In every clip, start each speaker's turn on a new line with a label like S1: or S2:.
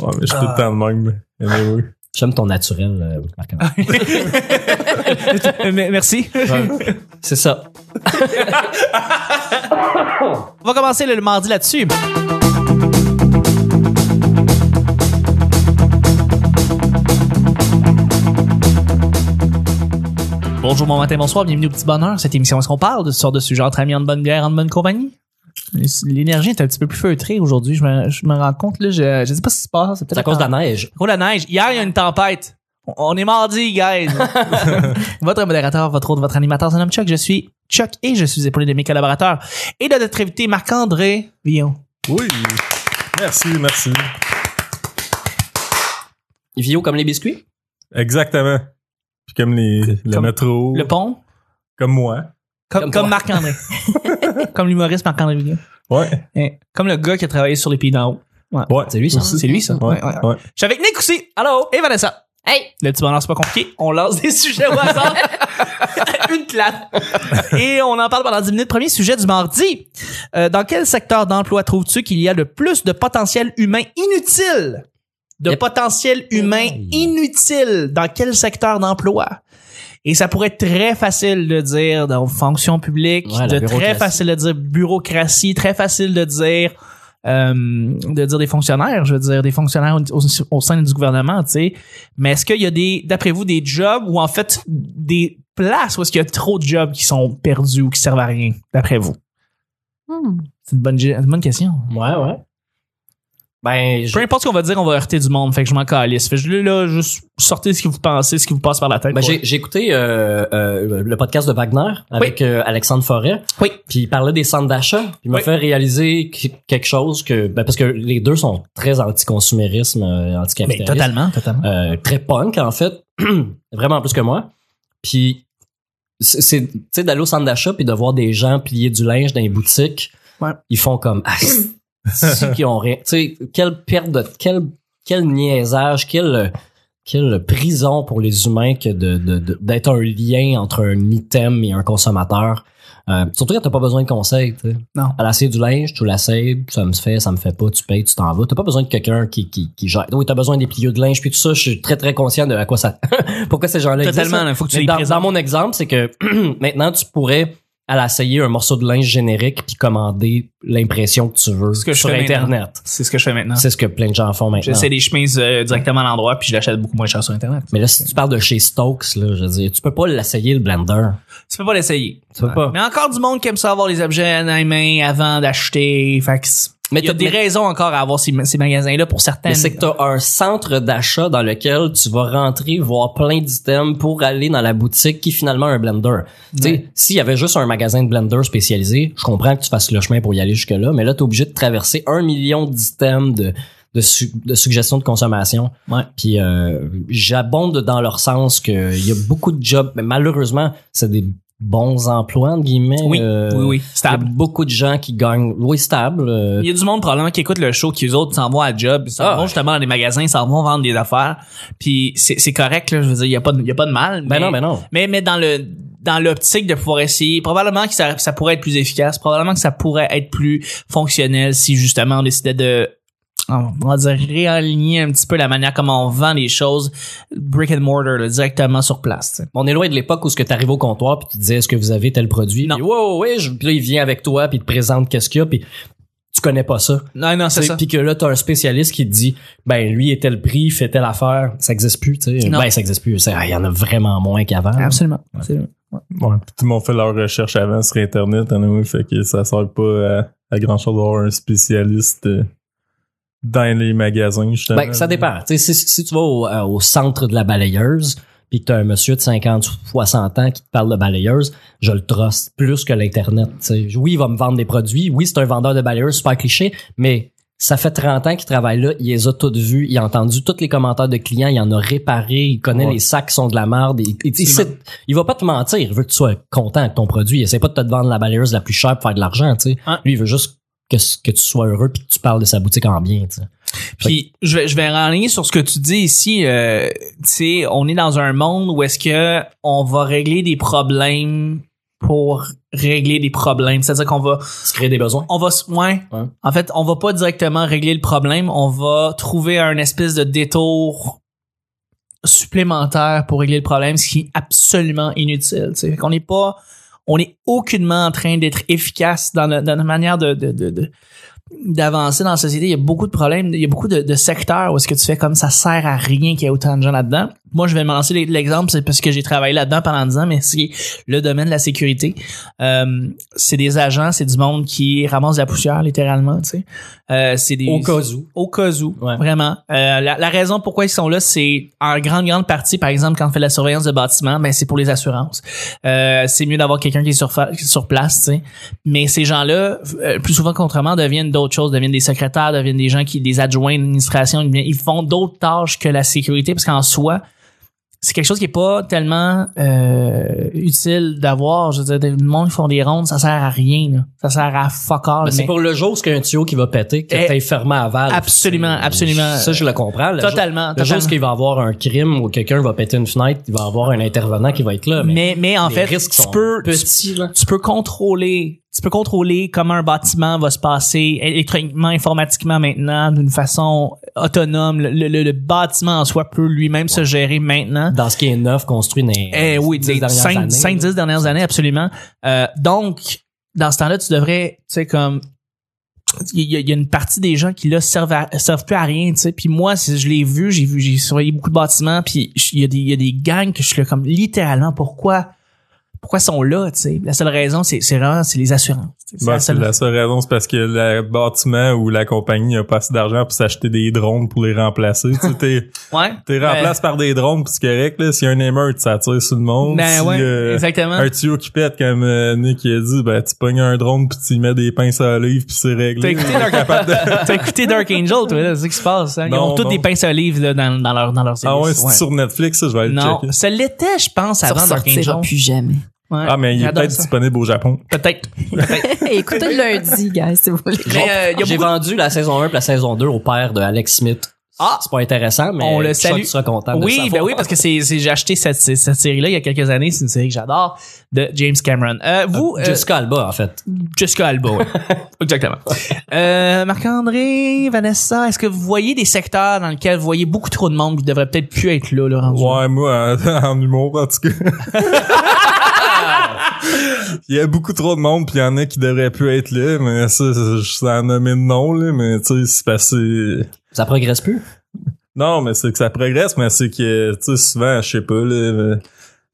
S1: Ouais, mais je suis tout le temps de même. mais anyway.
S2: J'aime ton naturel, euh,
S3: Ah,
S2: Marc-André.
S3: Euh, mais- Merci.
S2: C'est ça.
S3: On va commencer le, le mardi là-dessus. Bonjour, bon matin, bonsoir, bienvenue au Petit Bonheur. Cette émission, où est-ce qu'on parle de ce genre de sujet entre amis, en bonne bière, en bonne compagnie? L'énergie est un petit peu plus feutrée aujourd'hui, je me, je me rends compte, là, je, je sais pas ce qui se passe. C'est
S2: C'est à
S3: peut-être
S2: cause de la neige.
S3: Gros, la neige. Hier, il y a une tempête. On- On est mardi, guys. votre modérateur, votre hôte, votre animateur, son nom Chuck. Je suis Chuck et je suis épaulé de mes collaborateurs et de notre invité Marc-André Villon.
S1: Oui. Merci, merci.
S2: Vio comme les biscuits.
S1: Exactement. Puis comme les, le
S3: Comme-
S1: métro.
S3: Le pont,
S1: Comme moi.
S2: Comme
S3: comme, comme
S2: toi.
S3: Marc-André. comme l'humoriste Marc-André Villon.
S1: Ouais.
S3: Eh, Comme le gars qui a travaillé sur les pays d'en haut.
S1: Ouais.
S2: C'est lui, ça.
S3: C'est lui, ça.
S1: Ouais, ouais.
S3: Je suis avec Nick aussi. Allô? Et Vanessa.
S4: Hey!
S3: Le petit bonheur, c'est pas compliqué. On lance des sujets au hasard. Une clap. Et on en parle pendant 10 minutes. Premier sujet du mardi. Euh, dans quel secteur d'emploi trouves-tu qu'il y a le plus de potentiel humain inutile? De
S2: Yep.
S3: potentiel humain
S2: Hey.
S3: inutile. Dans quel secteur d'emploi? Et ça pourrait être très facile de dire dans fonction publique,
S2: Ouais, la
S3: de très
S2: bureaucratie.
S3: facile de dire bureaucratie, très facile de dire euh, de dire des fonctionnaires, je veux dire des fonctionnaires au, au- au sein du gouvernement, tu sais. Mais est-ce qu'il y a des, d'après vous, des jobs ou en fait des places où est-ce qu'il y a trop de jobs qui sont perdus ou qui servent à rien, d'après vous? C'est une bonne, ge- une bonne question.
S2: Ouais, ouais. Ben, je-
S3: Peu importe ce qu'on va dire, on va heurter du monde, fait que je m'en calisse. Fait que je là, juste sortez ce que vous pensez, ce qui vous passe par la tête.
S2: ben,
S3: Ouais.
S2: j'ai j'ai écouté euh, euh, le podcast de Wagner avec euh, Alexandre Forêt.
S3: Oui.
S2: Puis il parlait des centres d'achat. Puis il m'a
S3: Oui.
S2: fait réaliser qui- quelque chose que... Ben, parce que les deux sont très anti-consumérisme, euh,
S3: Mais
S2: anti-capitalisme.
S3: totalement, totalement.
S2: Euh, très punk en fait, vraiment plus que moi. Puis c'est- c'est tu sais d'aller au centre d'achat puis de voir des gens plier du linge dans les boutiques.
S3: Ouais.
S2: Ils font comme ah, ceux qui ont rien. Tu sais quelle perte de quel quel niaisage, quelle quelle prison pour les humains que de de- de- d'être un lien entre un item et un consommateur. Euh, surtout quand t'as pas besoin de conseils. tu sais.
S3: Non.
S2: À l'acier du linge, tu l'assieds, ça me fait, ça me fait pas, tu payes, tu t'en vas. T'as pas besoin de quelqu'un qui, qui, qui gère. Oui, t'as besoin des plieux de linge puis tout ça. Je suis très très conscient de à quoi ça. Pourquoi ces gens-là existent.
S3: Totalement, il faut que tu
S2: Mais
S3: les
S2: dans,
S3: présentes.
S2: dans mon exemple, c'est que maintenant tu pourrais à l'assayer un morceau de linge générique puis commander l'impression que tu veux
S3: Ce que je
S2: sur
S3: fais maintenant.
S2: internet.
S3: C'est ce que je fais maintenant.
S2: C'est ce que plein de gens font maintenant.
S3: J'essaie des chemises euh, directement à l'endroit puis je l'achète beaucoup moins cher sur internet.
S2: Mais là, si tu parles de chez Stokes, là, je veux dire, tu peux pas l'essayer le blender.
S3: Tu peux pas l'essayer.
S2: Tu peux pas.
S3: Mais encore du monde qui aime ça avoir les objets à la main avant d'acheter. Fait que c'est-
S2: Mais
S3: il y a
S2: t'as-
S3: des
S2: mais-
S3: raisons encore à avoir ces, ces magasins-là pour certaines.
S2: Mais c'est que t'as un centre d'achat dans lequel tu vas rentrer, voir plein d'items pour aller dans la boutique qui est finalement un blender. Tu sais, s'il y avait juste un magasin de blender spécialisé, je comprends que tu fasses le chemin pour y aller jusque-là, mais là, t'es obligé de traverser un million d'items de, de, su- de suggestions de consommation.
S3: Ouais.
S2: Puis euh, j'abonde dans leur sens qu'il y a beaucoup de jobs, mais malheureusement, c'est des bons emplois, entre guillemets.
S3: Oui,
S2: Euh,
S3: oui, oui.
S2: Il y a
S3: Stable.
S2: beaucoup de gens qui gagnent, oui, stable. euh,
S3: Il y a du monde probablement qui écoute le show, qui eux autres s'en vont à job, ils s'en
S2: Ah.
S3: vont justement dans des magasins, ils s'en vont vendre des affaires. Puis c'est c'est correct, là, je veux dire, il y a, pas de- il y a pas de mal.
S2: ben non, ben non.
S3: Mais, mais dans le dans l'optique de pouvoir essayer, probablement que ça, ça pourrait être plus efficace, probablement que ça pourrait être plus fonctionnel si justement on décidait de on va dire réaligner un petit peu la manière comment on vend les choses brick and mortar là, directement sur place. tu sais.
S2: On est loin de l'époque où ce que t'arrives au comptoir puis tu disais est-ce que vous avez tel produit
S3: Non.
S2: puis ouais ouais, ouais, je- puis là il vient avec toi puis il te présente qu'est-ce qu'il y a puis tu connais pas ça
S3: Non non, c'est
S2: Tu sais,
S3: ça.
S2: puis que là t'as un spécialiste qui te dit ben lui est tel prix fait telle affaire ça existe plus tu sais
S3: Non.
S2: ben ça existe plus C'est- ah, il y en a vraiment moins qu'avant
S3: Absolument. absolument.
S1: Ouais, puis tout le monde fait leur recherche avant sur Internet, anyway, fait que ça sert pas à, à grand chose d'avoir un spécialiste euh, dans les magasins, justement.
S2: ben ça dépend tu sais si, si tu vas au, euh, au centre de la balayeuse puis que t'as un monsieur de 50 60 ans qui te parle de balayeuse je le truste plus que l'internet tu sais. oui il va me vendre des produits oui c'est un vendeur de balayeuse super cliché mais Ça fait 30 ans qu'il travaille là, il les a toutes vues, il a entendu tous les commentaires de clients, il en a réparé, il connaît
S1: Ouais.
S2: les sacs qui sont de la merde. Il, il, il
S3: Absolument.
S2: sait- il va pas te mentir, il veut que tu sois content avec ton produit. Il essaie pas de te vendre la balayeuse la plus chère pour faire de l'argent, tu sais.
S3: Hein?
S2: Lui, il veut juste que, que tu sois heureux puis que tu parles de sa boutique en bien, tu sais.
S3: Puis je vais, je vais renligner sur ce que tu dis ici. Euh, tu sais, on est dans un monde où est-ce que on va régler des problèmes pour régler des problèmes. C'est-à-dire qu'on va,
S2: se créer des besoins.
S3: on va, s- ouais.
S2: Ouais.
S3: En fait, on va pas directement régler le problème, on va trouver un espèce de détour supplémentaire pour régler le problème, ce qui est absolument inutile. tu sais. Fait qu'on n'est pas, on est aucunement en train d'être efficace dans, la- dans notre manière de, de- de- de- d'avancer dans la société. Il y a beaucoup de problèmes, il y a beaucoup de, de secteurs où est-ce que tu fais comme ça sert à rien qu'il y ait autant de gens là-dedans. Moi, je vais me lancer l'exemple, c'est parce que j'ai travaillé là-dedans pendant 10 ans, mais c'est le domaine de la sécurité. Euh, c'est des agents, c'est du monde qui ramasse de la poussière littéralement, tu sais. Euh, c'est des
S2: Au cas où.
S3: au cas où,
S2: Ouais.
S3: vraiment. Euh, la, la raison pourquoi ils sont là, c'est en grande, grande partie, par exemple, quand on fait la surveillance de bâtiment, ben, c'est pour les assurances. Euh, c'est mieux d'avoir quelqu'un qui est sur, fa- sur place, tu sais. Mais ces gens-là, euh, plus souvent contrairement, deviennent d'autres choses, deviennent des secrétaires, deviennent des gens qui, des adjoints d'administration, ils deviennent- ils font d'autres tâches que la sécurité, parce qu'en soi, c'est quelque chose qui est pas tellement euh, utile d'avoir. Je veux dire, le monde ils font des rondes, ça sert à rien. là. Ça sert à fuck all.
S2: Ben, c'est
S3: mais-
S2: pour le jour où il y a un tuyau qui va péter, que
S3: Eh,
S2: t'es fermé à valve.
S3: absolument,
S2: C'est-
S3: absolument.
S2: Ça, je le comprends. Le jour-
S3: Totalement,
S2: Le jour
S3: totalement.
S2: où il va avoir un crime ou quelqu'un va péter une fenêtre, il va avoir un intervenant qui va être là. Mais,
S3: mais, mais en
S2: les
S3: fait,
S2: risques
S3: tu
S2: sont
S3: peux, tu
S2: petits, là.
S3: tu peux contrôler tu peux contrôler comment un bâtiment va se passer électroniquement informatiquement maintenant d'une façon autonome le, le- le- le bâtiment en soi peut lui-même se gérer maintenant
S2: Dans ce qui est neuf, construit dans les
S3: eh oui
S2: Euh, dix dernières
S3: 5
S2: années,
S3: 5 10 dernières années absolument Euh, donc dans ce temps-là tu devrais tu sais comme il y, a, il y a une partie des gens qui là servent à- servent plus à rien tu sais puis moi si je l'ai vu j'ai vu j'ai surveillé beaucoup de bâtiments puis je- il y a des il y a des gangs que je suis là comme littéralement pourquoi pourquoi ils sont là tu sais la seule raison c'est c'est vraiment c'est les assurances tu sais. C'est
S1: Bah,
S3: la
S1: c'est
S3: seule-
S1: la seule raison, c'est parce que le bâtiment ou la compagnie a pas assez d'argent pour s'acheter des drones pour les remplacer. tu sais, t'es,
S3: ouais
S1: t'es remplacé par des drones, puis c'est correct, là. S'il y a un émeute, ça tire sur le monde.
S3: ben
S1: Si,
S3: ouais
S1: euh,
S3: exactement
S1: un tuyau qui pète, comme euh, Nick il a dit, ben, tu pognes un drone puis tu y mets des pinces à olive puis c'est
S3: T'as
S1: réglé.
S3: écouté, Dark... T'as écouté Dark Angel, toi, là, c'est ce qui se passe. hein. Ils
S1: Non,
S3: ont tous
S1: non.
S3: des pinces à livres là, dans, dans leur dans leur
S1: Ah ouais,
S3: service.
S1: c'est sur Netflix, ça, je vais aller le
S3: Non,
S1: checker.
S3: ça l'était, je pense,
S4: Ça
S3: avant Dark Angel.
S4: ressortira plus jamais.
S3: Ouais.
S1: Ah, mais il est
S3: J'adore
S1: peut-être
S3: ça.
S1: disponible au Japon.
S3: Peut-être. Peut-être.
S4: Écoutez le lundi, guys, si vous voulez.
S3: Mais, euh, il y a
S2: J'ai
S3: beaucoup-
S2: vendu la saison 1 et la saison 2 au père de Alex Smith.
S3: Ah!
S2: C'est pas intéressant, mais
S3: On le
S2: je suis sûr que
S3: salue.
S2: tu seras content de
S3: oui,
S2: savoir.
S3: ben oui, parce que c'est, c'est- j'ai acheté cette, cette- cette série-là il y a quelques années. C'est une série que j'adore de James Cameron. Euh, vous, euh,
S2: Ah, Jessica Alba, en fait.
S3: Jessica Alba, ouais. exactement. Euh, Marc-André, Vanessa, est-ce que vous voyez des secteurs dans lesquels vous voyez beaucoup trop de monde qui devrait peut-être plus être là, là, rendu?
S1: Ouais, moi, en, en humour, en tout cas. il y a beaucoup trop de monde, puis il y en a qui devraient plus être là, mais ça, ça, je sais en nommer de nom, là, mais tu sais, c'est parce que...
S2: Ça progresse plus.
S1: Non, mais c'est que ça progresse, mais c'est que, tu sais, souvent, je sais pas, là... euh,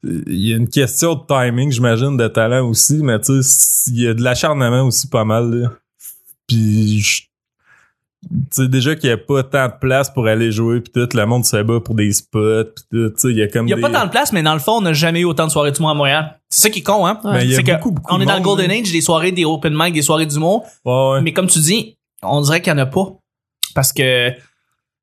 S1: Il y a une question de timing, j'imagine, de talent aussi, mais tu sais, il y a de l'acharnement aussi pas mal, là. Puis, je- tu sais, déjà qu'il y a pas tant de place pour aller jouer, puis tout, le monde se bat pour des spots, puis tout, tu sais, il y a comme
S3: Il y a
S1: des...
S3: pas tant de place, mais dans le fond, on n'a jamais eu autant de soirées d'humour à Montréal. C'est ça qui est con, hein?
S1: Mais il y a
S3: C'est que
S1: beaucoup, beaucoup
S3: on
S1: de
S3: est dans le
S1: monde,
S3: Golden
S1: là.
S3: Age, des soirées, des open mic, des soirées d'humour.
S1: Ouais, ouais.
S3: Mais comme tu dis, on dirait qu'il n'y en a pas. Parce que.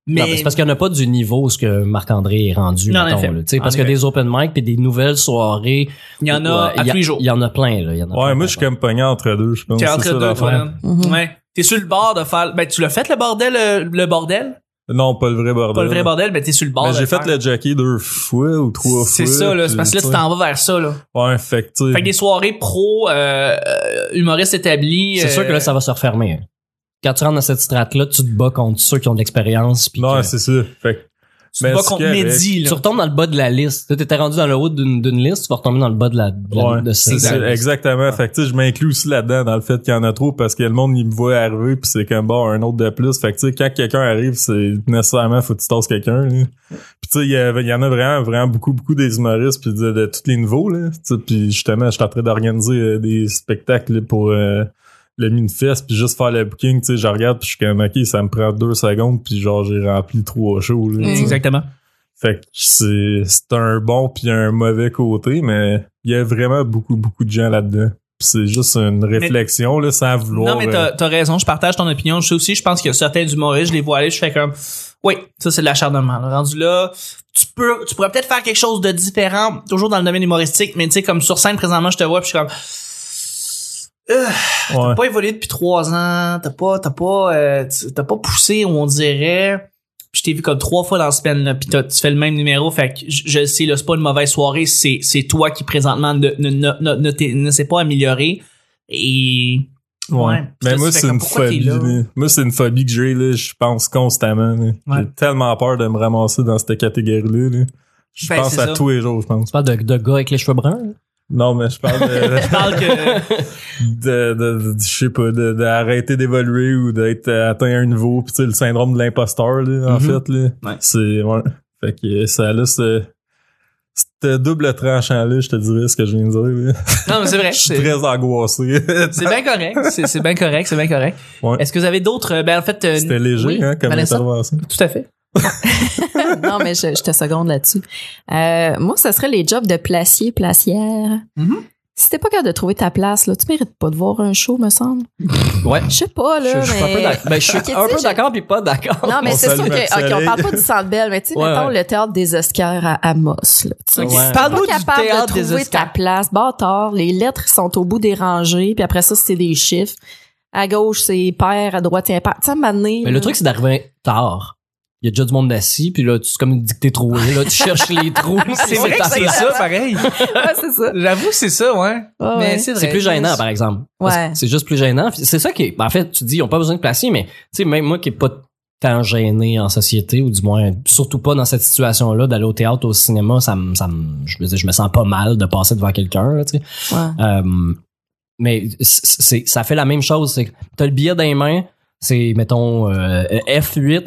S3: Mais.
S2: Non, mais c'est parce qu'il n'y en a pas du niveau ce que Marc-André est rendu.
S3: Non, en
S2: mettons,
S3: effet.
S2: là. Tu sais,
S3: En
S2: Parce que
S3: effet.
S2: des open mic puis des nouvelles soirées.
S3: Il y en a
S2: Ouais,
S3: à
S2: il y
S3: tous les jours.
S2: Il y en a plein. Là. Il y en a
S1: Ouais,
S2: plein,
S1: moi, je suis
S2: plein.
S1: comme pogné entre deux, je pense.
S3: T'es
S1: c'est
S3: entre
S1: ça,
S3: deux,
S1: l'affaire.
S3: toi, là.
S4: Mhm.
S3: Ouais. T'es sur le bord de faire. Ben, tu l'as fait, le bordel, le, le bordel?
S1: Non, pas le vrai bordel.
S3: Pas le vrai bordel, mais t'es sur le bord.
S1: Mais
S3: de
S1: j'ai fait
S3: faire.
S1: le jockey deux fois ou trois fois.
S3: C'est ça, là. C'est
S1: puis,
S3: parce que là, tu t'en vas vers ça, là.
S1: Ouais, fait que, tu sais,
S3: Fait que des soirées pro, euh, euh, humoristes établis.
S2: C'est
S3: euh,
S2: sûr que là, ça va se refermer. hein. Quand tu rentres dans cette strate-là, tu te bats contre ceux qui ont de l'expérience. puis
S1: Non,
S2: que-
S1: c'est ça. Fait que-
S3: Tu
S1: Mais
S3: vas
S1: c'est
S3: contre
S1: correct.
S3: Mehdi, là.
S2: Tu retombes dans le bas de la liste. Tu étais rendu dans le haut d'une d'une liste, tu vas retomber dans le bas de la, de la-
S1: ouais,
S2: de
S1: c'est
S2: cette
S1: ça, Ah.
S2: liste.
S1: exactement. Fait que, tu sais, je m'inclus aussi là-dedans dans le fait qu'il y en a trop parce que le monde, il me voit arriver puis c'est comme, bon, un autre de plus. Fait que, tu sais, quand quelqu'un arrive, c'est nécessairement, faut que tu tasses quelqu'un, là. Puis, tu sais, il y, avait- il y en a vraiment, vraiment beaucoup, beaucoup des humoristes puis de, de tous les niveaux, là. Tu sais, puis justement, je suis en train d'organiser euh, des spectacles là, pour, euh, le Minifest puis juste faire le booking, tu sais, je regarde puis je suis comme, ok, ça me prend deux secondes puis genre, j'ai rempli trois shows, là.
S4: Mm.
S1: tu sais.
S3: Exactement.
S1: Fait que c'est c'est un bon puis un mauvais côté, mais il y a vraiment beaucoup, beaucoup de gens là-dedans. Puis c'est juste une réflexion, là, sans vouloir. euh,
S3: Non, mais t'as, t'as raison, je partage ton opinion. Je sais aussi, je pense qu'il y a certains humoristes, je les vois aller, je fais comme, oui, ça c'est de l'acharnement. là. Rendu là, tu peux, tu pourrais peut-être faire quelque chose de différent, toujours dans le domaine humoristique, mais tu sais, comme sur scène présentement, je te vois, puis je suis comme,
S1: euh, ouais.
S3: t'as pas évolué depuis trois ans, t'as pas, t'as pas, euh, tu- t'as pas poussé, on dirait. Puis je t'ai vu comme trois fois dans la semaine, là, pis t'as- tu fais le même numéro, fait que je, je le sais, là, c'est pas une mauvaise soirée, c'est, c'est toi qui présentement ne, ne, ne, ne, ne t'es- ne s'est pas amélioré. Et. Ouais. Puis là,
S1: Mais moi,
S3: tu fais
S1: c'est
S3: comme,
S1: une
S3: pourquoi t'es
S1: phobie.
S3: là?
S1: là. Moi, c'est une phobie que j'ai, là. Je pense constamment, là.
S3: Ouais.
S1: J'ai tellement peur de me ramasser dans cette catégorie-là, là. Je
S3: Ben,
S1: pense
S3: c'est
S1: à
S3: ça.
S1: tous les jours, je pense.
S2: Tu parles de, de gars avec les cheveux bruns?
S1: Non, mais je parle de,
S3: Je parle que.
S1: de,
S3: euh,
S1: de- de- je sais pas, de- d'arrêter d'évoluer ou d'être euh, atteint à un niveau. Puis, tu sais, le syndrome de l'imposteur, là, en
S3: Mhm.
S1: fait, là.
S3: Ouais.
S1: C'est, ouais. Fait que euh, ça, là, c'est... C'était double tranchant-là, je te dirais ce que je viens de dire. là.
S3: Non, mais c'est vrai.
S1: Je suis
S3: c'est-
S1: très angoissé.
S3: C'est bien correct. C'est c'est bien correct. C'est bien correct.
S1: Ouais.
S3: Est-ce que vous avez d'autres. Ben, en fait. euh,
S1: C'était léger,
S3: oui,
S1: hein, comme
S3: Vanessa?
S1: intervention.
S3: Tout à fait.
S4: non, mais je, je te seconde là-dessus. Euh, moi, ça serait les jobs de placier, placière.
S2: Mm-hmm.
S3: Mhm.
S4: Si t'es pas capable de trouver ta place, là, tu mérites pas de voir un show, me semble.
S2: Ouais.
S4: Je sais pas,
S2: Je,
S4: là.
S2: je suis un
S4: mais...
S2: peu d'accord. Ben, je suis
S4: Ok, tu
S2: un
S4: sais,
S2: peu
S4: je-
S2: d'accord puis pas d'accord.
S4: Non, mais
S1: On
S4: c'est sûr
S1: salue
S4: que,
S1: Maxime
S4: OK, on
S1: Allais.
S4: parle pas du Centre Bell, mais tu sais,
S2: Ouais,
S4: mettons
S2: ouais.
S4: le théâtre des Oscars à Amos, là. Tu sais,
S2: Ouais.
S4: si t'es
S3: Parle-nous du
S4: pas capable
S3: théâtre
S4: de
S3: des
S4: trouver
S3: Oscars.
S4: ta place, bâtard, les lettres sont au bout des rangées, puis après ça, c'est des chiffres. À gauche, c'est pair, à droite, c'est impair. Tu sais, à un moment donné,
S2: Mais
S4: là,
S2: le truc, c'est d'arriver tard. Il y a déjà du monde assis, puis là, tu- c'est comme une dictée trouée. Là, tu cherches les trous.
S3: Ah, C'est
S2: sur
S3: vrai que
S2: ta
S3: c'est
S2: place.
S3: ça, pareil.
S4: Ouais, c'est ça.
S3: J'avoue, c'est ça, ouais.
S4: Ouais,
S3: mais
S4: Ah ouais.
S3: c'est vrai.
S2: C'est plus gênant, par exemple. Parce que
S4: Ouais.
S2: C'est juste plus gênant. Puis C'est ça qui est. ben, En fait, tu dis, ils n'ont pas besoin de placier, mais tu sais, même moi qui n'ai pas tant gêné en société, ou du moins, surtout pas dans cette situation-là, d'aller au théâtre, au cinéma, ça me, ça me- je veux dire, je me sens pas mal de passer devant quelqu'un, là, tu sais.
S4: Ouais.
S2: Euh, mais c- c'est, ça fait la même chose. C'est que t'as le billet dans les mains, c'est, mettons, euh, F8,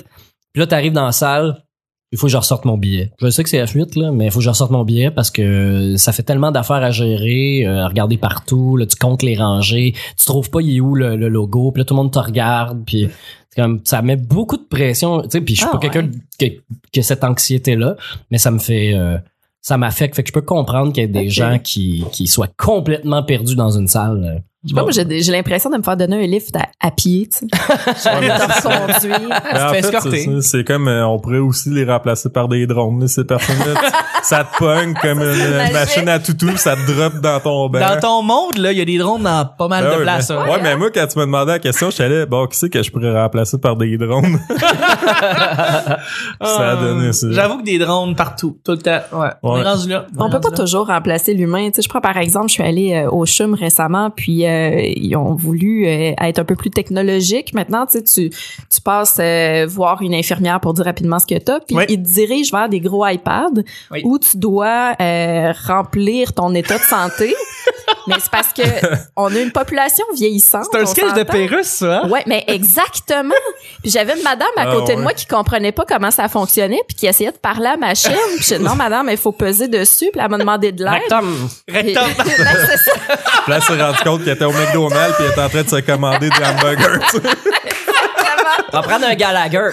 S2: puis là, t'arrives dans la salle, il faut que je ressorte mon billet. Je sais que c'est F8, là, mais il faut que je ressorte mon billet parce que ça fait tellement d'affaires à gérer, euh, à regarder partout, là, tu comptes les rangées, tu trouves pas il est où le, le logo, puis là, tout le monde te regarde, puis c'est comme, ça met beaucoup de pression, tu sais, puis je suis
S4: Ah,
S2: pas
S4: ouais.
S2: quelqu'un qui, qui a cette anxiété-là, mais ça me fait... euh, ça m'affecte. Fait que je peux comprendre qu'il y ait des
S4: Ok.
S2: gens qui, qui soient complètement perdus dans une salle. euh.
S4: Je sais pas, moi, j'ai j'ai l'impression de me faire donner un lift à, à pied, tu sais.
S1: Ouais, mais-
S4: Conduire.
S1: Ben, en
S3: fais
S1: fait,
S3: escorter.
S1: c'est ça. C'est comme euh, on pourrait aussi les remplacer par des drones. là, Ces personnes-là, Tu- ça te pogne comme une
S4: Imagine.
S1: machine à toutou, ça te drop dans ton bain.
S3: Dans ton monde, là, il y a des drones dans pas mal
S1: Ben
S3: de
S1: ouais,
S3: places.
S1: mais,
S3: hein.
S1: ouais, mais moi, quand tu me demandais la question, je suis allé, bon, qui c'est que je pourrais remplacer par des drones? ça a donné ça.
S3: Ah. J'avoue que des drones partout, tout le temps. Ouais. On est
S1: Ouais.
S3: rendu là.
S4: On
S3: est
S4: peut
S3: rendu
S4: pas
S3: là.
S4: toujours remplacer l'humain. Tu sais, je prends par exemple, je suis allée euh, au CHUM récemment, puis euh, ils ont voulu euh, être un peu plus technologique. Maintenant, tu sais, tu, tu passes euh, voir une infirmière pour dire rapidement ce que t'as, puis
S3: Oui.
S4: ils te dirigent vers des gros iPads
S3: Oui.
S4: où tu dois euh, remplir ton état de santé. mais c'est parce que on a une population vieillissante.
S3: C'est un
S4: on
S3: sketch de
S4: s'entend.
S3: Pérus, ça. hein?
S4: Ouais, mais exactement. Puis j'avais une madame à
S1: Ah,
S4: côté de
S1: ouais.
S4: moi qui comprenait pas comment ça fonctionnait, puis qui essayait de parler à ma chaîne. Puis j'ai dit, non, madame, il faut peser dessus. Puis elle m'a demandé de l'aide. Puis-
S3: Rectangle.
S4: Ben, c'est ça.
S1: Puis là, elle s'est rendu compte qu'il était au McDonald's puis il était en train de se commander des hamburgers. tu sais.
S2: On va prendre un Gallagher.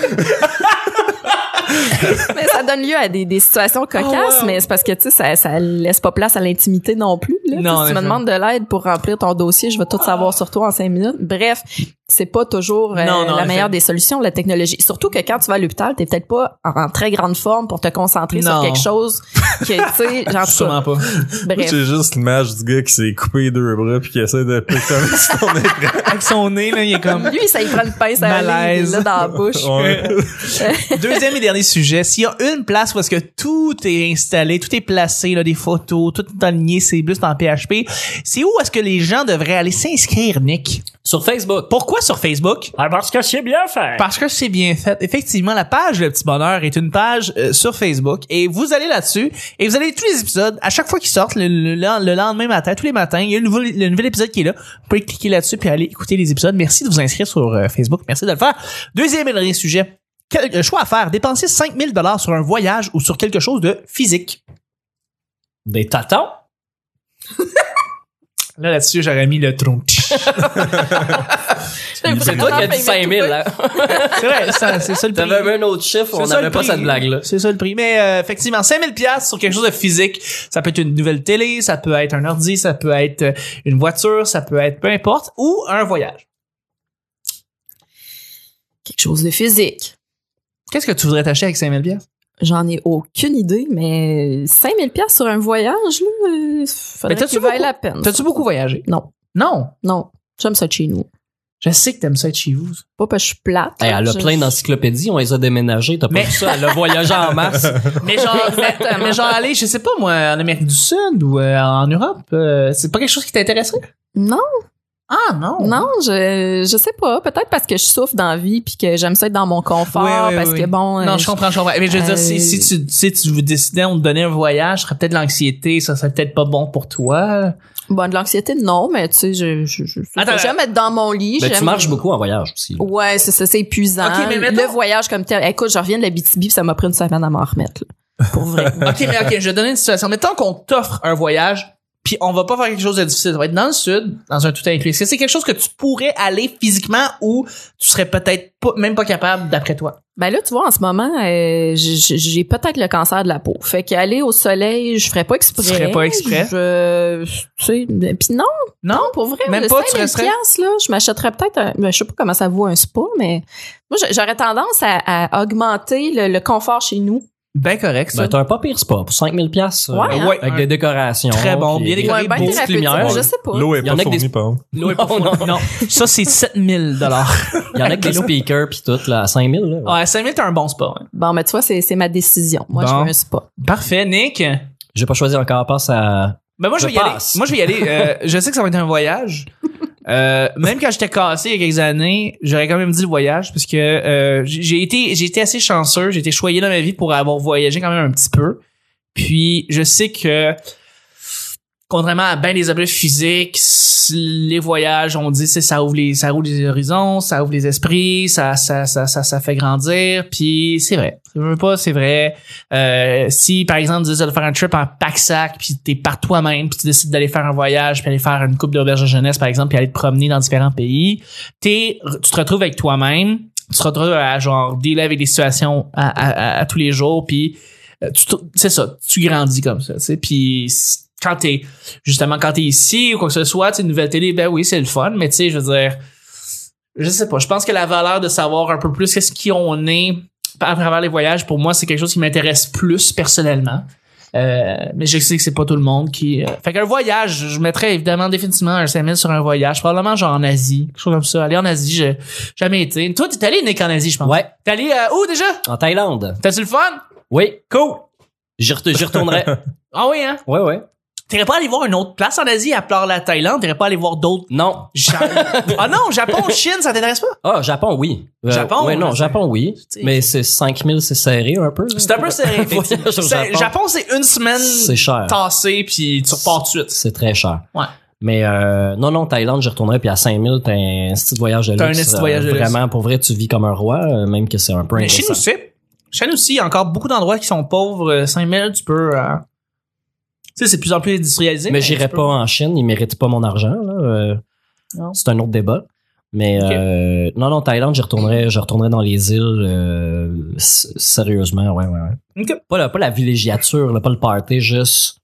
S4: Mais ça donne lieu à des, des situations cocasses,
S3: Oh, wow.
S4: mais c'est parce que, tu sais, ça, ça laisse pas place à l'intimité non plus. là.
S3: Non,
S4: si tu
S3: en effet.
S4: me demandes de l'aide pour remplir ton dossier, je vais tout savoir sur toi en cinq minutes. Bref, c'est pas toujours euh,
S3: Non, non, en
S4: la meilleure
S3: effet.
S4: des solutions, la technologie. Surtout que quand tu vas à l'hôpital, t'es peut-être pas en, en très grande forme pour te concentrer
S3: Non.
S4: sur quelque chose que, tu sais, genre, en tout cas,
S3: Sûrement pas.
S4: bref.
S1: J'ai juste l'image du gars qui s'est coupé les deux bras puis qui essaie de piquer sur son écran.
S3: Avec son nez, là, il est comme.
S4: Lui, ça y prend une pince à aller,
S3: Malaise.
S4: là, dans la bouche.
S1: Ouais.
S3: Deuxième et dernier sujet. S'il y a une place où est-ce que tout est installé, tout est placé, là, des photos, tout est aligné, c'est plus en PHP, c'est où est-ce que les gens devraient aller s'inscrire, Nick?
S2: Sur Facebook.
S3: Pourquoi sur Facebook?
S2: Ah, parce que c'est bien fait.
S3: Parce que c'est bien fait. Effectivement, la page Le Petit Bonheur est une page euh, sur Facebook et vous allez là-dessus et vous allez tous les épisodes à chaque fois qu'ils sortent le, le- le lendemain matin, tous les matins, il y a le nouvel, le nouvel épisode qui est là. Vous pouvez cliquer là-dessus puis aller écouter les épisodes. Merci de vous inscrire sur euh, Facebook. Merci de le faire. Deuxième et dernier sujet. Quel euh, choix à faire? Dépenser 5000 dollars sur un voyage ou sur quelque chose de physique.
S2: Des tatons.
S3: Là, là-dessus, j'aurais mis le tronc.
S2: C'est toi qui as dit 5000, là.
S3: C'est vrai, ça, c'est ça le prix.
S2: T'avais même un autre chiffre,
S3: C'est
S2: on
S3: ça le
S2: n'avait pas
S3: prix.
S2: cette blague-là.
S3: C'est ça le prix. Mais euh, effectivement, 5000 pièces sur quelque chose de physique, ça peut être une nouvelle télé, ça peut être un ordi, ça peut être euh, une voiture, ça peut être peu importe, ou un voyage.
S2: hein."
S4: Quelque chose de physique.
S3: Qu'est-ce que tu voudrais t'acheter avec 5000 pièces
S4: J'en ai aucune idée, mais 5000 pièces sur un voyage, là, euh, faudrait
S3: Mais t'as-tu
S4: qu'il vaille
S3: beaucoup-
S4: la peine.
S3: T'as-tu beaucoup voyagé?
S4: Non,
S3: Non.
S4: non. J'aime ça chez nous.
S3: Je sais que t'aimes ça être chez vous.
S4: Pas parce que je suis plate.
S2: Hey, elle a
S4: Je-
S2: plein d'encyclopédies, on les a déménagées, t'as pas
S3: Mais-
S2: vu ça, elle a voyagé en masse.
S3: Mais genre, mais genre aller, je sais pas moi, en Amérique du Sud ou euh, en Europe, euh, c'est pas quelque chose qui t'intéresserait?
S4: Non,
S3: Ah non!
S4: non, je, je sais pas. Peut-être parce que je souffre dans la vie puis que j'aime ça être dans mon confort.
S3: Ouais, ouais,
S4: parce
S3: ouais.
S4: que bon.
S3: Non,
S4: euh,
S3: je comprends, je comprends. Mais je veux
S4: Euh,
S3: dire, si, si tu, si tu vous décidais, on te donnait un voyage, ça serait peut-être l'anxiété, ça serait peut-être pas bon pour toi.
S4: Bon, de l'anxiété, non, mais tu sais, je, je, je-
S3: Attends,
S4: j'aime être dans mon lit.
S2: Mais tu
S4: j'aime-
S2: marches beaucoup en voyage aussi. là.
S4: Ouais, c'est ça, c'est épuisant.
S3: Ok, mais mettons-
S4: Le voyage comme tel. Écoute, je reviens de la BTB puis ça m'a pris une semaine à m'en remettre. là. Pour vrai.
S3: OK, mais OK, je vais donner une situation. Mettons qu'on t'offre un voyage, puis on va pas faire quelque chose de difficile. On va être dans le sud, dans un tout inclus. Est-ce que c'est quelque chose que tu pourrais aller physiquement ou tu serais peut-être pas- même pas capable d'après toi?
S4: Ben là, tu vois, en ce moment, euh, j- j- j'ai peut-être le cancer de la peau. Fait qu'aller au soleil, je ferais pas exprès.
S3: Tu ferais pas exprès?
S4: Je, tu sais, ben, pis non,
S3: Non?
S4: non, pour vrai.
S3: Même
S4: le
S3: pas, tu
S4: 5000
S3: resterais-
S4: piastres, là, je m'achèterais peut-être un, ben, je sais pas comment ça vaut un spa, mais moi, j'a- j'aurais tendance à, à augmenter le, le confort chez nous.
S3: Ben correct, ça.
S2: Ben, t'as un pas pire spa pour 5000 pièces
S4: Ouais, hein?
S3: Ouais,
S2: euh, avec
S3: un-
S2: des décorations.
S3: Très bon,
S2: puis
S3: bien décoré,
S2: des
S3: ben
S2: grosses
S4: thérapeutique,
S2: lumières.
S4: je sais pas.
S1: L'eau est
S2: Il y en
S1: pas
S2: a que des-
S1: fournie par exemple.
S2: Non, non,
S3: non, ça c'est 7000 dollars.
S2: Il y en a que des speakers puis tout là, à 5000 là. ouais.
S3: Ouais, 5000 t'as un bon hein. spa. ouais.
S4: Bon, mais tu vois, c'est, c'est ma décision. Moi, je
S3: Bon.
S4: veux un spa.
S3: Parfait, Nick.
S2: J'ai pas choisi encore passe à
S3: Ben moi je,
S2: Je
S3: vais y aller.
S2: passe.
S3: Moi je vais y aller. Euh, je sais que ça va être un voyage. Euh, même quand j'étais cassé il y a quelques années, j'aurais quand même dit le voyage parce que euh, j- j'ai été j'ai été assez chanceux, j'ai été choyé dans ma vie pour avoir voyagé quand même un petit peu. Puis je sais que contrairement à bien des objets physiques, s- les voyages, on dit c'est ça ouvre les ça ouvre les horizons, ça ouvre les esprits, ça ça ça ça, ça fait grandir. Puis c'est vrai, je veux pas, c'est vrai. Euh, si par exemple tu décides de faire un trip en pack sac puis t'es par toi-même puis tu décides d'aller faire un voyage puis aller faire une coupe d'auberge de jeunesse par exemple puis aller te promener dans différents pays t'es tu te retrouves avec toi-même tu te retrouves à genre dealer avec des situations à, à- à- à tous les jours puis euh, tu te- c'est ça tu grandis comme ça tu sais puis c- quand t'es justement quand t'es ici ou quoi que ce soit tu sais, une nouvelle télé ben oui c'est le fun mais tu sais je veux dire je sais pas je pense que la valeur de savoir un peu plus qu'est-ce qui on est à travers les voyages, pour moi, c'est quelque chose qui m'intéresse plus personnellement. Euh, mais je sais que c'est pas tout le monde qui. euh, Fait qu'un voyage, je mettrais évidemment définitivement un 5000 sur un voyage, probablement genre en Asie, quelque chose comme ça. Aller en Asie, j'ai jamais été. Toi, t'es allé Nick en Asie, je pense.
S2: Ouais,
S3: T'es allé euh, où déjà
S2: en Thaïlande.
S3: T'as-tu le fun
S2: Oui,
S3: Cool.
S2: j'y ret- j'y retournerai.
S3: Ah oui hein.
S2: ouais ouais.
S3: T'irais pas aller voir une autre place en Asie à part la Thaïlande. T'irais pas aller voir d'autres.
S2: Non.
S3: ah non, Japon, Chine, ça t'intéresse pas
S2: Ah, Japon oui. Euh,
S3: Japon, hein?
S2: Ouais, non,
S3: c'est-
S2: Japon oui,
S3: sais,
S2: mais c'est 5000 c'est serré un peu. là.
S3: C'est un peu serré.
S2: Voyage au
S3: effectivement. C'est-
S2: Japon.
S3: Japon, c'est une semaine
S2: C'est cher.
S3: tassée puis tu repars tout de suite.
S2: C'est très cher.
S3: Ouais.
S2: Mais euh, non, non, Thaïlande, j'y retournerai, puis à 5000, t'as un petit voyage de luxe.
S3: T'as un petit
S2: euh,
S3: voyage de luxe.
S2: Vraiment, pour vrai, tu vis comme un roi, euh, même que c'est un peu
S3: Mais chez nous
S2: indécent.
S3: aussi. Chez nous aussi, il y a encore beaucoup d'endroits qui sont pauvres. Euh, 5000, tu peux. euh, Tu sais, c'est de plus en plus industrialisé.
S2: Mais
S3: tu
S2: j'irai
S3: peux-
S2: pas en Chine, ils méritent pas mon argent. là, euh,
S3: Non.
S2: c'est un autre débat. Mais
S3: Ok.
S2: euh, non, non, Thaïlande, j'y retournerai, je retournerai dans les îles euh, s- sérieusement, ouais, ouais, ouais.
S3: Ok.
S2: Pas, la, pas la villégiature, là, pas le party, juste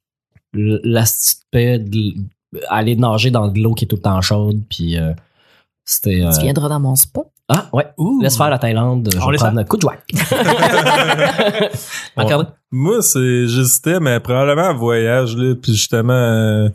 S2: l- l'aspect de aller nager dans de l'eau qui est tout le temps chaude, puis euh, c'était... euh,
S4: Tu viendras dans mon spa.
S2: Ah, ouais. Laisse faire la Thaïlande. Je
S3: On
S2: vais
S3: laisse
S2: prendre un coup de jouac. Marc-André?
S1: Moi, c'est j'hésitais, mais probablement un voyage, là, puis justement euh,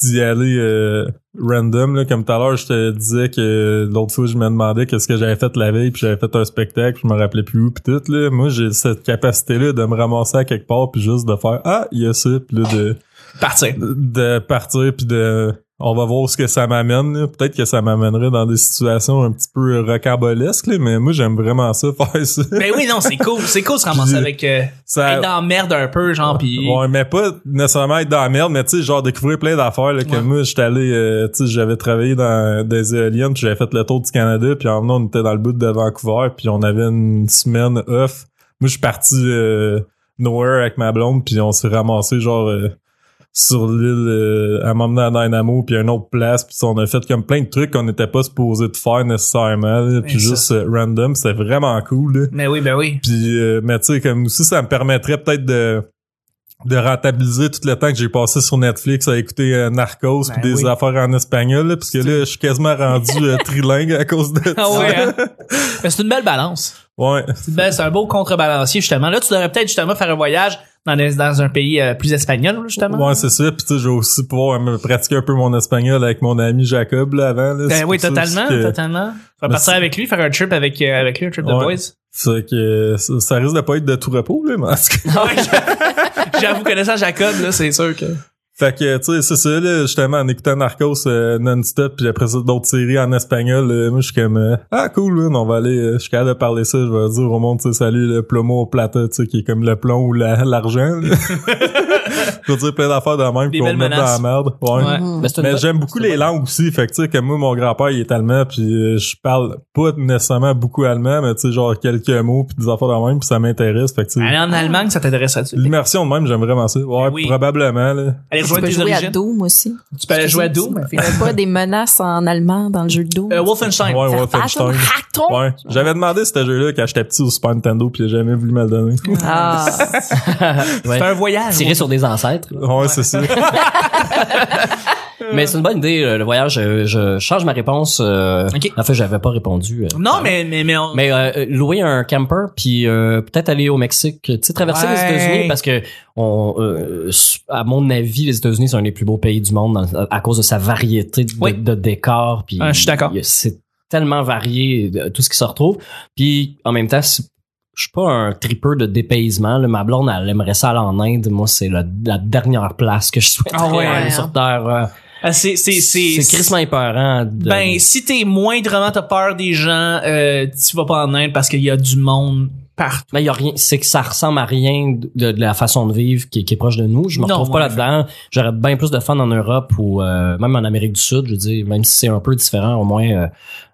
S1: d'y aller euh, random. Là, comme tout à l'heure, je te disais que l'autre fois, je me demandais qu'est-ce que j'avais fait la veille, puis j'avais fait un spectacle, puis je me rappelais plus où, puis tout. Là. Moi, j'ai cette capacité-là de me ramasser à quelque part, puis juste de faire « Ah, il y a ça », puis là, de,
S3: Partir.
S1: de partir, puis de... On va voir ce que ça m'amène. là. Peut-être que ça m'amènerait dans des situations un petit peu rocambolesques, là, mais moi, j'aime vraiment ça, faire ça.
S3: Mais Ben oui, non, c'est cool. C'est cool de se ramasser
S1: Puis,
S3: avec. Euh,
S1: ça
S3: être dans la merde un peu, genre, pis.
S1: Ouais, mais pas nécessairement être dans la merde, mais tu sais, genre découvrir plein d'affaires. là, Que
S3: Ouais.
S1: moi, j'étais allé, euh, tu sais, j'avais travaillé dans des éoliennes, puis j'avais fait le tour du Canada, puis en venant, on était dans le bout de Vancouver, puis on avait une semaine off. Moi, je suis parti euh, nowhere avec ma blonde, puis on s'est ramassé genre euh, sur l'île euh, à m'emmener à Dynamo, puis à une autre place, puis on a fait comme plein de trucs qu'on n'était pas supposé de faire nécessairement, là, puis
S3: Mais Ben, ça.
S1: juste euh, random, c'était vraiment cool. là.
S3: Mais oui, ben oui.
S1: Puis, euh, mais tu sais, comme aussi, ça me permettrait peut-être de de rentabiliser tout le temps que j'ai passé sur Netflix à écouter euh, Narcos
S3: Ben
S1: puis des
S3: oui.
S1: affaires en espagnol là, parce que là je suis quasiment rendu euh, trilingue à cause de ça.
S3: hein? Ah ouais, hein? Mais c'est une belle balance.
S1: Ouais.
S3: Ben, c'est un beau contrebalancier, justement. Là, tu devrais peut-être justement faire un voyage dans, des- dans un pays euh, plus espagnol, là, justement.
S1: Ouais, c'est ça. Puis tu sais, je vais aussi pouvoir euh, me pratiquer un peu mon espagnol avec mon ami Jacob là avant. Là. C'est
S3: Ben oui,
S1: pour ça
S3: totalement,
S1: aussi que-
S3: totalement. Tu vas
S1: Mais
S3: partir
S1: c'est-
S3: avec lui, faire un trip avec, euh, avec lui, un trip de
S1: Ouais.
S3: boys.
S1: c'est que ça, ça risque de pas être de tout repos là, mais en tout cas.
S3: Ouais, je- J'avoue, connaissant Jacob, là, c'est sûr que.
S1: Fait que tu sais, c'est ça là, justement en écoutant Narcos euh, non-stop, puis après ça d'autres séries en espagnol, euh, moi je suis comme euh, ah cool, man, on va aller, euh, je suis capable de parler ça, je vais dire au monde, tu sais, salut le plomo au plata, tu sais, qui est comme le plomb ou la- l'argent. là. je veux dire plein d'affaires de la même
S3: Des
S1: pour
S3: belles
S1: mettre dans la
S3: menaces.
S1: merde. Ouais.
S3: Ouais.
S4: Hmm.
S2: Mais c'est une
S1: Mais
S2: bonne-
S1: j'aime beaucoup les langues aussi. Fait que, tu sais, comme moi, mon grand-père, il est allemand, puis euh, je parle pas nécessairement beaucoup allemand, mais tu sais, genre quelques mots, puis des affaires de même, puis ça m'intéresse. Fait que, tu sais,
S3: Aller en Allemagne, ça t'intéresse à tu
S1: l'immersion de même, j'aime vraiment ça. Ouais,
S3: Ah Ben oui.
S1: probablement, là.
S3: Aller
S4: Tu
S3: rejoindre
S4: peux
S3: tes
S4: jouer à
S3: origines.
S4: Doom aussi.
S3: Tu peux aller jouer à Doom.
S4: Il n'y a pas des menaces en allemand dans le jeu de Doom.
S3: Euh, Wolfenstein.
S1: Ouais,
S4: Raton,
S1: Wolfenstein.
S4: raton.
S1: Ouais. J'avais demandé ce jeu-là quand j'étais petit au Super Nintendo, puis j'ai jamais voulu me le donner.
S4: Ah,
S2: Ouais.
S3: C'est un voyage.
S2: Tirer sur des ancêtres. là.
S1: Ouais, c'est ça.
S2: Mais c'est une bonne idée, euh, le voyage. euh, Je, change ma réponse. euh,
S3: Ok.
S2: En fait, j'avais pas répondu. euh.
S3: Non, mais, mais, mais, on-
S2: Mais euh, euh, louer un camper puis euh, peut-être aller au Mexique, tu sais traverser
S3: Ouais.
S2: les États-Unis parce que on euh, s- à mon avis les États-Unis sont un des plus beaux pays du monde dans- à cause de sa variété de,
S3: Oui.
S2: de décors puis
S3: Ah, je suis d'accord.
S2: il y a- C'est tellement varié euh, tout ce qui se retrouve puis en même temps c'est- je suis pas un tripeur de dépaysement. là. Ma blonde, elle aimerait ça aller en Inde. Moi, c'est la, la dernière place que je souhaiterais
S3: Ah ouais,
S2: aller
S4: hein.
S2: sur Terre. euh,
S3: Ah, c'est, c'est, c'est,
S2: C'est crissement épeurant. de-
S3: Ben, si t'es moindrement t'as peur des gens, euh, tu vas pas en Inde parce qu'il y a du monde partout.
S2: Mais il y a rien, c'est que ça ressemble à rien de, de la façon de vivre qui, est- qui est proche de nous. Je me
S3: Non,
S2: retrouve pas
S3: ouais.
S2: là-dedans. J'aurais bien plus de fun en Europe ou euh, même en Amérique du Sud. Je veux dire, même si c'est un peu différent, au moins euh,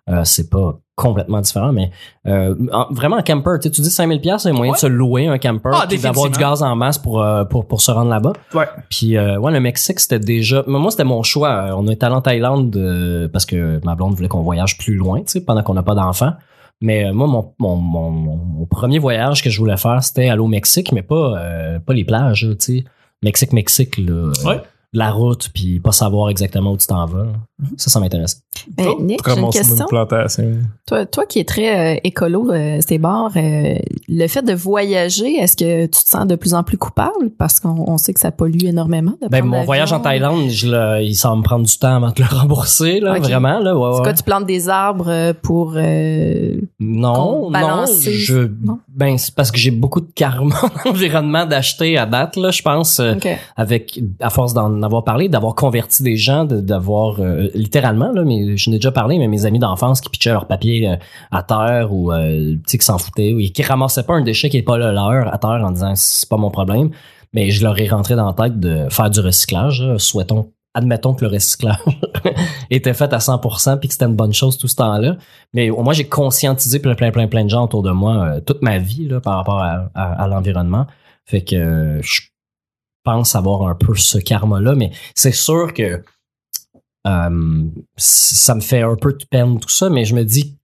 S2: euh, c'est pas complètement différent. Mais euh, en- vraiment un camper, tu sais, tu dis 5000 pièces, c'est moyen
S3: Ouais.
S2: de se louer un camper,
S3: Ah,
S2: puis d'avoir du
S3: définitivement.
S2: gaz en masse pour euh, pour pour se rendre là-bas.
S3: Ouais.
S2: Puis euh, ouais, le Mexique c'était déjà. mais Moi c'était mon choix. Euh, On est allé en Thaïlande euh, parce que ma blonde voulait qu'on voyage plus loin, tu sais, pendant qu'on n'a pas d'enfants. Mais euh, moi mon, mon, mon, mon- mon premier voyage que je voulais faire c'était aller au Mexique, mais pas euh, pas les plages, tu sais. Mexique Mexique là.
S3: Ouais.
S2: Euh, La route, puis pas savoir exactement où tu t'en vas.
S3: Mm-hmm.
S2: Ça, ça m'intéresse.
S4: Ben, Nick, j'ai une
S1: Ramasser
S4: question.
S1: une plantation.
S4: Toi, toi qui es très euh, écolo, euh, c'est barre, euh, le fait de voyager, est-ce que tu te sens de plus en plus coupable parce qu'on on sait que ça pollue énormément?
S2: Ben,
S4: de prendre
S2: mon
S4: l'avion?
S2: voyage en Thaïlande, je le- il semble me prendre du temps avant de le rembourser, là,
S4: Ok.
S2: vraiment. Là, ouais,
S4: C'est
S2: ouais.
S4: quoi, tu plantes des arbres euh, pour... euh,
S2: Non,
S4: qu'on
S2: non,
S4: balance,
S2: je,
S4: non?
S2: ben c'est parce que j'ai beaucoup de karma dans l'environnement d'acheter à date là, je pense euh,
S4: OK.
S2: avec à force d'en avoir parlé, d'avoir converti des gens, de- d'avoir euh, littéralement là, mais je n'ai déjà parlé, mais mes amis d'enfance qui pitchaient leur papier euh, à terre ou euh, tu sais, qui s'en foutaient ou qui ramassaient pas un déchet qui est pas le leur à terre en disant c'est pas mon problème, mais je leur ai rentré dans la tête de faire du recyclage, là. souhaitons admettons que le recyclage était fait à 100% puis que c'était une bonne chose tout ce temps-là. Mais au moins, j'ai conscientisé plein, plein, plein, plein de gens autour de moi euh, toute ma vie là, par rapport à, à- à l'environnement. Fait que euh, je pense avoir un peu ce karma-là, mais c'est sûr que euh, c- ça me fait un peu de peine tout ça, mais je me dis,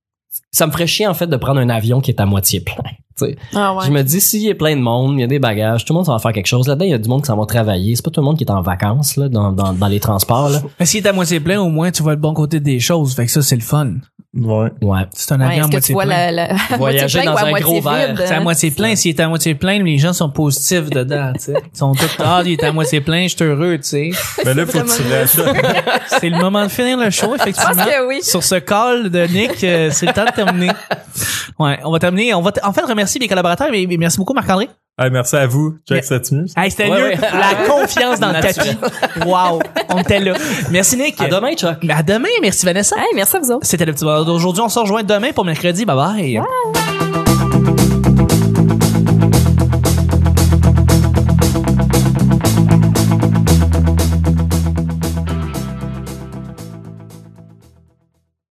S2: ça me ferait chier en fait de prendre un avion qui est à moitié plein. tu sais.
S4: Ah ouais.
S2: Je me dis, s'il y a plein de monde, il y a des bagages, tout le monde s'en va faire quelque chose. Là-dedans, il y a du monde qui s'en va travailler. C'est pas tout le monde qui est en vacances là, dans, dans, dans les transports. Là.
S3: Mais s'il est à moitié plein, au moins, tu vois le bon côté des choses. Fait que ça, c'est le fun.
S1: Ouais.
S2: Ouais.
S3: C'est un
S4: Ouais,
S3: avion à
S4: est-ce que tu
S3: moitié
S4: vois
S3: plein.
S4: la, la à
S2: Voyager
S4: moitié plein
S2: dans
S4: ou à
S2: un
S4: moitié
S2: gros verre.
S4: vide,
S3: C'est
S4: hein?
S3: à moitié plein. S'il est à moitié plein, les gens sont positifs dedans, tu sais. Ils sont tous, ah, il est à moitié plein, je suis heureux, tu sais.
S1: Mais là, faut que tu l'achètes.
S3: C'est le moment de finir le show,
S4: Je pense
S3: effectivement.
S2: Ah
S4: que oui.
S3: Sur ce call de Nick, euh, c'est le temps de terminer. Ouais, on va terminer. On va t- en fait remercier mes collaborateurs et et merci beaucoup Marc-André.
S1: Hey, merci à vous.
S3: Mais-
S1: Check cette muse.
S3: Hey,
S2: Ouais,
S3: c'était mieux.
S2: ouais.
S3: La confiance dans le
S2: Naturel.
S3: tapis. Wow, on était là. Merci Nick.
S2: À demain, Chuck.
S3: À demain. Merci Vanessa.
S4: Hey, merci à vous autres.
S3: C'était le petit bonheur d'aujourd'hui. On se rejoint demain pour mercredi. Bye bye.